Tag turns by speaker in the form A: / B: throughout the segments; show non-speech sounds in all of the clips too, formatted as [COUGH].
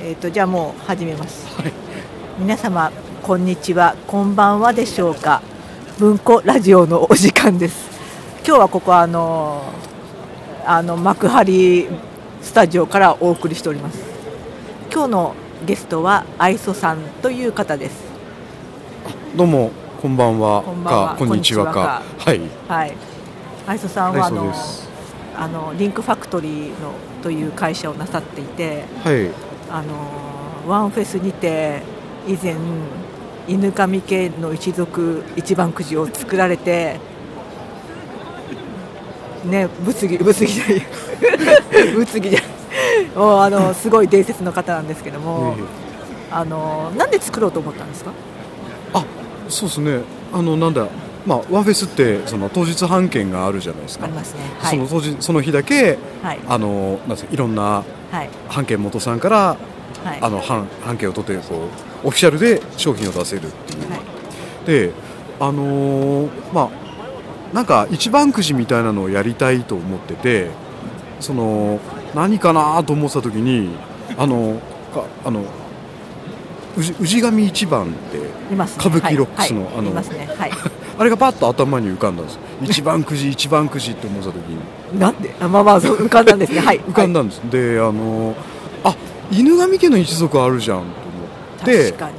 A: えっ、とじゃあもう始めます。皆様こんにちはこんばんはでしょうか。文庫ラジオのお時間です。今日はここあのあの幕張スタジオからお送りしております。今日のゲストは愛想さんという方です。
B: どうもこんばんは
A: こんばんは
B: かこんにちはかはい
A: はい。愛想さんは
B: は
A: あ
B: いそう
A: の
B: です
A: あのリンクファクトリーのという会社をなさっていて。
B: はい
A: あのワンフェスにて以前犬神家の一族一番くじを作られてね物議物議じゃない [LAUGHS] 物議じゃないもうあのすごい伝説の方なんですけども
B: いえいえ
A: あのなんで作ろうと思ったんですか
B: あそうですねあのなんだまあワンフェスってその当日判券があるじゃないです
A: あ
B: か
A: りますねは
B: その
A: い
B: 当日その日だけ
A: はい
B: あのなんですかいろんな
A: はい
B: 判券元さんから
A: はい
B: あの判判券を取ってこうオフィシャルで商品を出せるっていう
A: はい
B: であのーまあなんか一番くじみたいなのをやりたいと思っててその何かなと思ってた時にあのかあの宇治宇治神一番って
A: いますね
B: 歌舞伎ロックスの
A: はい
B: あ
A: はい
B: の
A: いますねはい
B: あれがパッと頭に浮かんだんです一番く
A: [LAUGHS]
B: じ一番くじって思ってた時に
A: なんであまあまあそう浮かんだんですねはい
B: 浮かん
A: だ
B: だんです、であのーあ犬神家の一族あるじゃんと思って
A: 確かに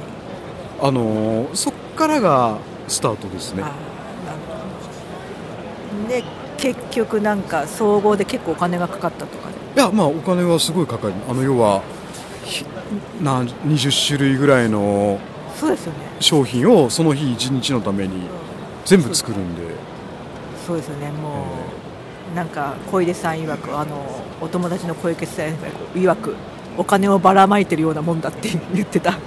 B: あのーそっからがスタートですね
A: あーなるほどで結局なんか総合で結構お金がかかったとかで
B: いやまあお金はすごいかかるあの要はひな20種類ぐらいの
A: そうですよね
B: 商品をその日一日のために全部作るんで
A: そうですよねもうなんか小出さん曰くあのお友達の小池さん曰くお金をばらまいてるようなもんだって [LAUGHS] 言って
B: [LAUGHS]
A: た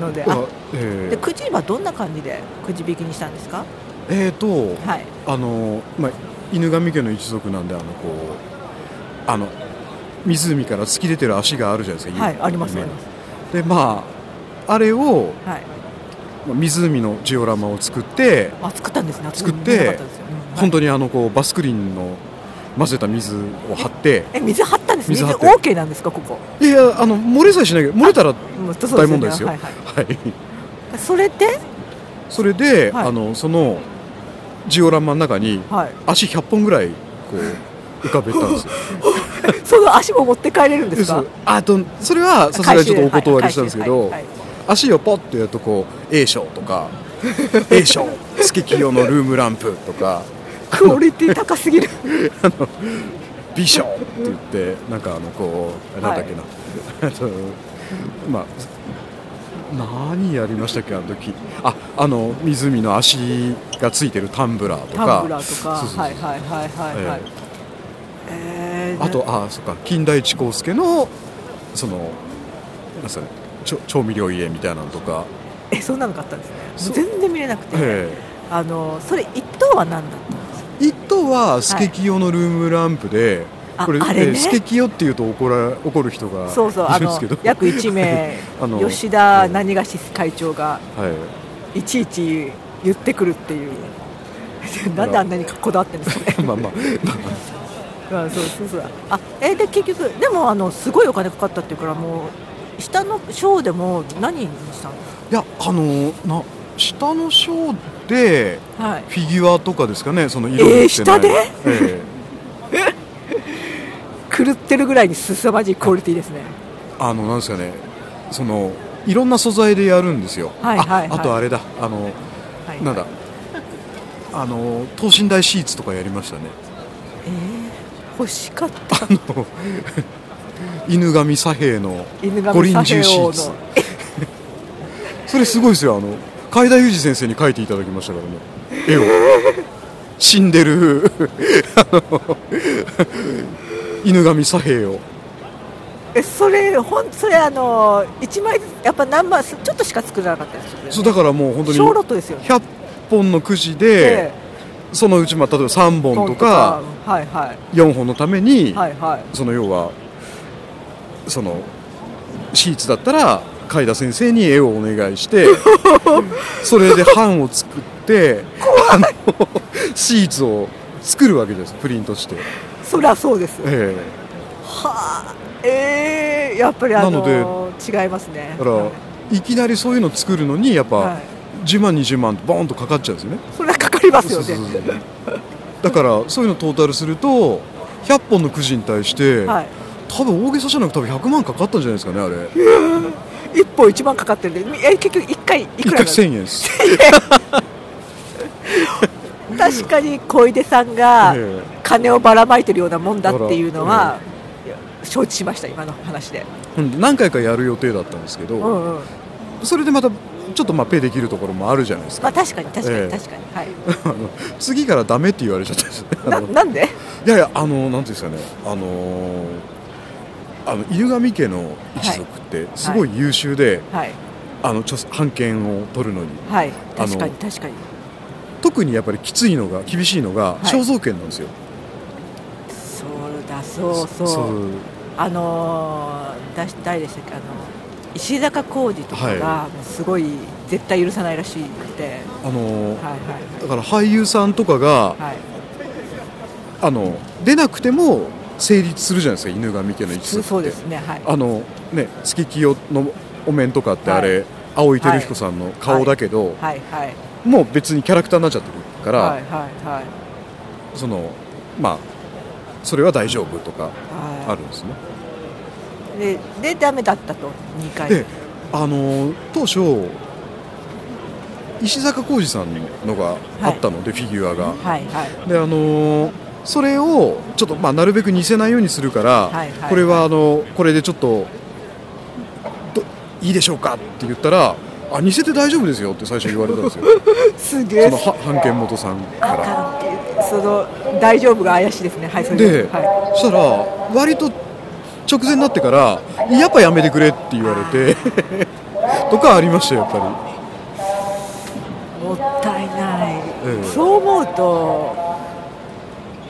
A: のであ
B: あえ
A: でくじはどんな感じでくじ引きにしたんですか
B: えーと、
A: はい
B: あのまあ、犬神家の一族なんであのこうあの湖から突き出てる足があるじゃないですか、
A: はいあります
B: ね
A: あります
B: でまああれを
A: はい
B: まあ湖のジオラマを作って
A: あ作ったんですね
B: 作って
A: 見なかたですようんはい
B: 本当にあのこうバスクリンの混ぜた水を張って
A: え水張ったんです水
B: 水張って
A: OK なんですかここ
B: いやあの漏れさえしないけど漏れたら
A: もうそう
B: 大問題ですよ。
A: は
B: はいい、
A: はいそれで
B: それで、
A: はい
B: あのそのジオラマの中に
A: はい
B: 足100本ぐらいこ
A: [LAUGHS]
B: う浮かべたんですよ。
A: その足も持って帰れるんですか
B: そうあとそれはさすがにちょっとお断りしたんですけど、
A: 回収はい
B: 足をポッてやるとこう A 賞とか A 賞
A: [LAUGHS]
B: スケキヨのルームランプとか
A: 回収はいクオリティ高すぎる
B: B 賞って言ってなんかあのこうなんだっけな、あとまあ何やりましたっけあの時ああの湖の足がついてるタンブラー [LAUGHS] とか
A: タンブラーとか
B: そうそうそう
A: はいはいはいはいはい、えー
B: あとあそっか金田一耕助のそのなんすかねちょ調味料家みたいなのとか、
A: えそんなの買ったんです
B: そう
A: ねもう全然見れなくて、
B: え
A: あのそれ一等は何だったの
B: え一等はスケキヨのルームランプで、
A: あ
B: これ
A: あれね
B: ええスケキヨっていうと怒ら怒る人が
A: そうそう
B: い
A: あ
B: るんで
A: の
B: すけど
A: 約1名
B: [LAUGHS] あの
A: 吉田何がし会長が
B: はい [LAUGHS]
A: いちいち言ってくるっていう [LAUGHS] なんであんなにこだわってるんですかね
B: まあまあ、まあま
A: あそうそうそうあえーで結局でもあのすごいお金かかったっていうからもう下の章でも何にしたんです
B: あ、いやあのな下の章で
A: かはい
B: フィギュアとかですかねその色塗
A: え
B: ってない、
A: ー下で
B: え
A: 狂ってるぐらいに凄まじいクオリティですね
B: えあのなんですかねそのいろんな素材でやるんですよ、
A: はいはいはい
B: ああとあれだあの
A: はい
B: なんだあの等身大シーツとかやりましたね
A: えー欲しかった
B: [LAUGHS] あの犬神左平の
A: 犬神
B: 五輪
A: 左
B: 重シ
A: 平王
B: ー
A: の
B: ツそれすごいですよあの海田裕二先生に描いていただきましたからね
A: [LAUGHS]
B: 絵を死んでる [LAUGHS] あの犬神左平を
A: えそれほんそれあの1枚ずつやっぱ何枚ちょっとしか作らなかったですよね
B: そうだからもう本当に
A: 小ロットですよね
B: 100本のくじで、そのうちまあ例えば3
A: え
B: 本
A: ポ
B: と
A: ン
B: か
A: はいはい
B: 4本のために、
A: はいはい
B: その要はそのシーツだったら海田先生に絵をお願いして
A: [LAUGHS]
B: それで版を作ってあのシーツを作るわけですプリントして、
A: そりゃそうです
B: え
A: はあえやっぱりあ
B: な
A: の
B: ので
A: 違いますね
B: だからいきなりそういうの作るのにやっ
A: は
B: ぱ
A: い、
B: 10万20万ボーンとかかっちゃうんですよね
A: それはかかります
B: そ
A: よ
B: うそ
A: ね
B: うそうそうだからそういうのトータルすると100本のくじに対して、
A: はい
B: 多分大げさじゃなく多分100万かかったんじゃないですかねあれ
A: 一本一万かかってるんでえ結局一回いく
B: 1
A: らな
B: 回
A: んです
B: 1000円です
A: 確かに小出さんが
B: え
A: 金をばらまいてるようなもんだっていうのは承知しました今の話で
B: えうん何回かやる予定だったんですけど、
A: うんうん
B: それでまたちょっとまあペイできるところもあるじゃないです
A: [LAUGHS] まあ
B: か
A: 確かに確か
B: え
A: に
B: え
A: 確かにはい
B: 次からダメって言われちゃったんですね
A: な
B: あの
A: なんで
B: いやいやあのなんていうんですかねあのーあの犬神家の一族ってすごい優秀で、
A: はい
B: あの著判権を取るのに
A: はい
B: あの
A: 確かに確かに
B: 特にやっぱりきついのが厳しいのが
A: い
B: 肖像権なんですよ、
A: そうだそうそう
B: そう
A: あのーだし誰でしたっけあの石坂浩二とかが
B: は
A: もうすごい絶対許さないらしくて、
B: あのー
A: はい、はい
B: だから俳優さんとかが
A: はいはい
B: あの出なくても成立するじゃないですか犬神家の一
A: そう
B: 族
A: そう
B: って
A: ですねはい
B: あのね月清のお面とかってあれ、
A: は
B: 青井輝彦さんの顔だけど、
A: はいはい
B: もう別にキャラクターになっちゃってるから、
A: はいはいはい
B: そのまあそれは大丈夫とか
A: はい
B: あるんですね、
A: ででダメだったと2回
B: であの当初石坂浩二さんのがあったので、フィギュアが、
A: はいはい
B: であのーそれをちょっと、まあ、なるべく似せないようにするから、
A: はいはい
B: これはあのこれでちょっとどいいでしょうかって言ったらあ似せて大丈夫ですよって最初言われたんですよ
A: すげ
B: そ
A: [LAUGHS] え
B: のは判件元さんか
A: 関係その大丈夫が怪しいですねはいそ
B: ら
A: れ
B: で、
A: は
B: そしたら割と直前になってからやっぱやめてくれって言われ
A: [LAUGHS]
B: てとかありましたよやっぱ
A: い、もったいない、
B: ええ
A: そう思うと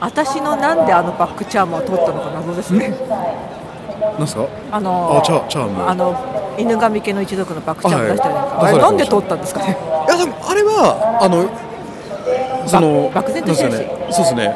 A: 私のなんであのバックチャームを取ったのか謎ですね
B: りなんすか
A: あの
B: あチャチャーム
A: あの犬神家の一族のバックチャーム出したじゃないですか、
B: は
A: あれ
B: い出
A: な
B: さ
A: んで
B: れてました
A: 取ったんですかね
B: いやでもあれはあのその
A: 漠然としてるし
B: なんですかねそうですね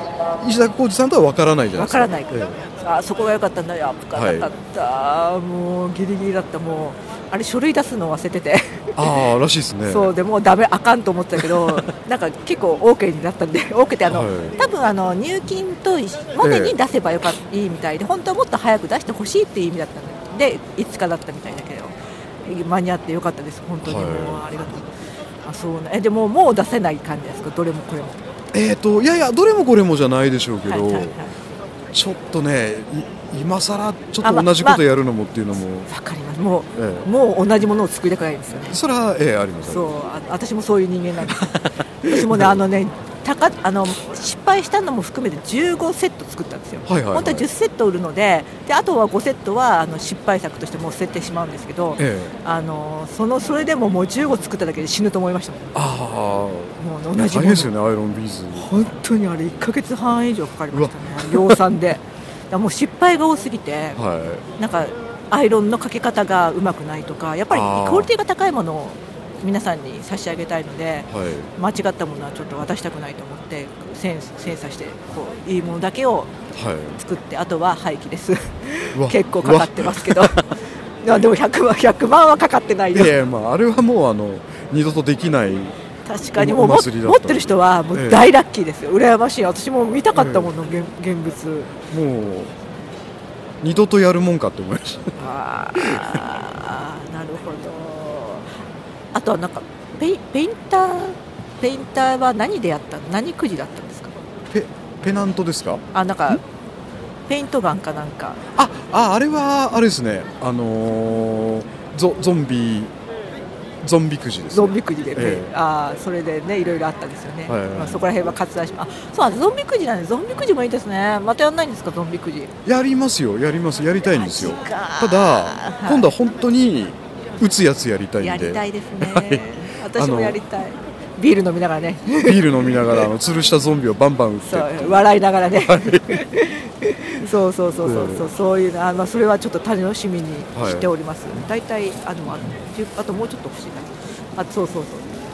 B: 石坂浩二さんとは分からないじゃ
A: わ
B: ないです
A: か
B: か
A: らないから、
B: ええ
A: あそこが良かったんだよ危なかった、もうギリギリだったもうあれ書類出すの忘れてて、
B: ああらしいですね
A: そうでもうダメあかんと思ってたけ
B: [LAUGHS]
A: どなんか結構 OK になったんで OK ってあの、
B: はい
A: 多分あの入金と一緒までに出せばよかった、いいみたいで本当はもっと早く出してほしいっていう意味だったんででいつかだったみたいだけど間に合ってよかったです本当にもう、
B: は
A: ありがとうあそうねえでももう出せない感じですかどれもこれも
B: えっ、といやいやどれもこれもじゃないでしょうけど、
A: はいはいはい
B: ちょっとねい今さらちょ
A: あ
B: っ
A: ま
B: と同じことやるのもっていうのも、
A: わかりますもう、
B: ええ
A: もう同じものを作りたくないんですよね
B: それはええあります
A: そうあ私もそういう人間なんです
B: [LAUGHS]
A: 私もねあのねたかあの失敗したのも含めて15セット作ったんですよ、
B: はいはいはい
A: 本当は10セット売るのでであとは5セットはあの失敗作としてもう捨ててしまうんですけど、
B: ええ
A: あのそのそれでももう15作っただけで死ぬと思いました
B: あ
A: もんも
B: あ
A: う
B: い
A: 同
B: や
A: じも
B: 大変
A: の
B: ですよねアイロンビーズ
A: 本当にあれ1ヶ月半以上かかりましたね量産でだからもう失敗が多すぎて
B: は
A: なんかアイロンのかけ方がうまくないとかやっぱり
B: あー
A: クオリティが高いものを皆さんに差し上げたいので
B: いはい
A: 間違ったものはちょっと渡したくないと思ってセンセンサーしてこういいものだけを
B: はい
A: 作ってあとは廃棄です
B: うわ
A: 結構かかってますけどい [LAUGHS] やでも100万100万はかかってない
B: い
A: よ
B: やいやまああれはもうあの二度とできない
A: 確かにもう
B: お
A: も
B: 祭りだ
A: 持
B: っ
A: ったてる人はも
B: え
A: う
B: え
A: 大ラッキーですよ羨ましい私も見たかったもの、現現物
B: もう二度とやるもんかって思いました [LAUGHS]
A: あーなるほどあとはなんかペイペインターペインターは何でやったの何くじだったんですか
B: ペペナントですか
A: あなんかペイントガンかなんか
B: あああれはあれですねあのーゾゾンビゾンビくじです、
A: ゾンビくじで、ね
B: ええ
A: あーそれでねいろいろあったんですよね、
B: はいはい
A: まあ、そこら辺は割愛しますあそうなんですゾンビくじなんでゾンビくじもいいですねまたやんないんですかゾンビくじ
B: やりますよやりますやりたいんですよ
A: マジか
B: ただ
A: はい
B: 今度は本当に打つやつやりたいんで
A: やりたいですね、
B: はい
A: 私
B: あ
A: も
B: の
A: やりたいビール飲みながらね
B: ビール飲みながら
A: [LAUGHS]
B: あの吊るしたゾンビをバンバン打って
A: そう笑いながらね、そうそうそうそうそうそういうのあまあそれはちょっと楽しみにしております。大体あでもあ10あともうちょっと欲しいな。あそうそうそう。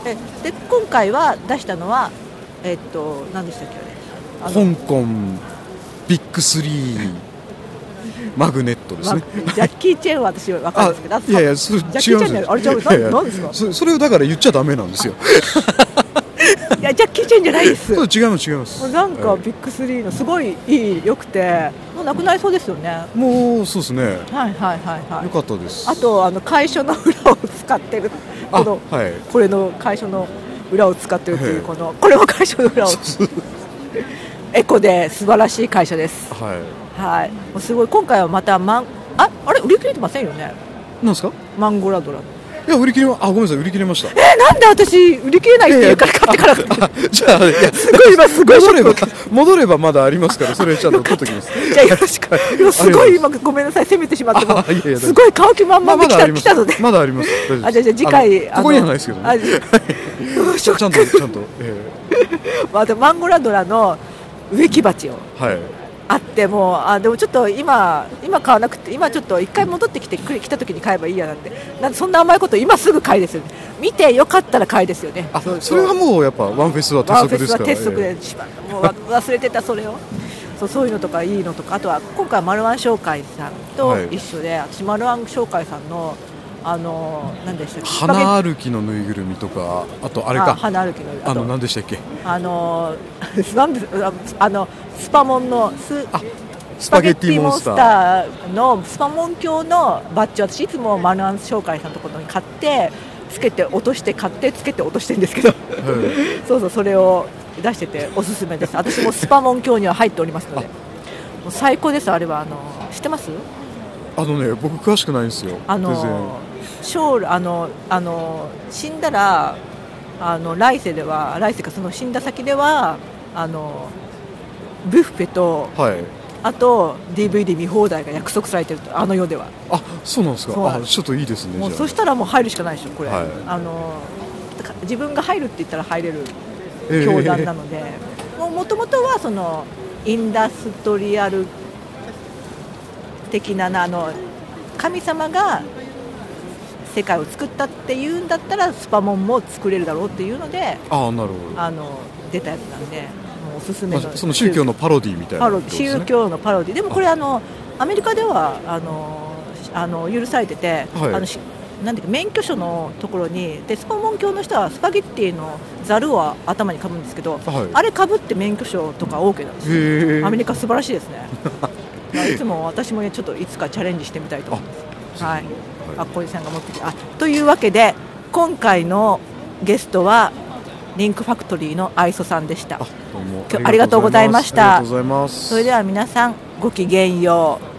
A: えで今回は出したのはえっと何でしたっけあれ。あの
B: 香港ビッグスリーマグネットですね。
A: まあジャッキー・チェーンは私は分かるんですけど、
B: いやいや、それ
A: ジャッキー・チェーンじゃない、あれ、じゃあ
B: いやいや
A: ななんですか
B: そそれをだから言っちゃダメなんですよ。
A: いや、ジャッキー・チェーンじゃないです。
B: そ
A: も
B: [LAUGHS] う違います違います。
A: うなんか
B: はい
A: ビッグスリーのすごいいい、良くて、もうなくなりそうですよね。は
B: もうそうですね。
A: いはいはいはい。
B: よかったです。
A: あと、あの会所の裏を使ってる、
B: あ
A: この、
B: はい。
A: これの会所の裏を使ってるとい
B: ええ
A: う、この、これも会所の裏を。エコで素晴らしい会社です。
B: は
A: はい、もうすごい、今回はまた、マン、あ、あれ、売り切れてませんよね。
B: い。なんですか？
A: マンゴラドラ。
B: いや売り切れまあごめんなさい売り切れました。
A: えなんで私売り切れないって言うから買ってからじ
B: [LAUGHS] あじゃあいやす
A: ごい今すごい
B: [LAUGHS] 戻れば戻ればまだありますからそれちゃんと取っときます。
A: ゃあよろしく
B: い
A: 今すごい今ごめんなさい攻めてしまっても
B: あいやいや大丈夫
A: すごい買う気満々で来
B: だあ
A: た
B: [LAUGHS] りま
A: 来
B: す
A: たので。
B: まだあります。大丈夫です
A: あじゃあじゃあ次回
B: あのここにはないですけどね。
A: あじゃあどうし
B: ち
A: よ
B: ゃ
A: う
B: ちゃんとち [LAUGHS] ゃんとえ
A: またマンゴラドラの植木鉢を
B: えはい
A: あってもうあでもちょっと今今買わなくて今ちょっと一回戻ってきてくれ来た時に買えばいいやなんてなんでそんな甘いこと今すぐ買いですよね見てよかったら買いですよね
B: あそれはもうやっぱワンフェスは鉄
A: ワンフ
B: 則
A: ェ
B: で
A: ス
B: す
A: は
B: から。
A: 鉄則
B: え
A: でしばらくもうわ忘れてたそれをそうそういうのとかいいのとかあとは今回は丸ワン商会さんと一緒で、私丸ワン商会さんのあの何でしたっ
B: え
A: け
B: 花歩きのぬいぐるみとかあとあれか
A: 花歩きの
B: あ
A: あ
B: の
A: と
B: 何でしたっけ
A: あの [LAUGHS] なんであのスパモンのス
B: あスパゲッティモンス
A: ス
B: ター。
A: パゲッティモンスターのスパモン教のバッジを私いつも丸ワン商会さんのところに買ってつけて落として買ってつけて落としてるんですけど。
B: はい
A: [LAUGHS] そうそうそれを出してておすすめです私もスパモン教には入っておりますのでもう最高ですあれはあの知ってます
B: あのね、僕詳しくないんですよ。
A: あの将来あのあの死んだらあの来世では来世かその死んだ先ではあのブッフェと
B: 全然。はい。
A: あと DVD 見放題が約束されてるとあの世では
B: あ、そうなんです
A: そう
B: か。あ、ちょっといいですね。
A: もう
B: じゃ
A: そしたらもう入るしかないでしょこれ、
B: はい
A: あのか自分が入るって言ったら入れる
B: あ、ええ
A: 教団なので、もともとはそのインダストリアル的ななあの神様が世界を作ったっていうんだったらスパモンも作れるだろうっていうので
B: あ、なるほど。
A: あの出たやつなんでもうおすすめ
B: ま
A: の,、
B: あ、その宗教のパロディみたいな
A: パロ
B: こ
A: デ
B: と
A: ィ
B: ですね。
A: 宗教のパロディでもこれあのアメリカではあのあの許されてて、
B: はい
A: あのしなんていうか免許証のところにでスパモン教の人はスパゲッティのざるを頭にかぶるんですけど、
B: はい。
A: あれかぶって免許証とか OK なんですよ
B: へえ。
A: アメリカ素晴らしいです
B: [LAUGHS]
A: ねまあいつも私もちょっといつかチャレンジしてみたいと思いますはい、あ
B: は
A: 小路さんが持ってきてあというわけで今回のゲストはリンクファクトリーの愛想さんでした
B: あ、どうも
A: 今日ありがとうございました
B: ありがとうございます。
A: それでは皆さんごきげんよう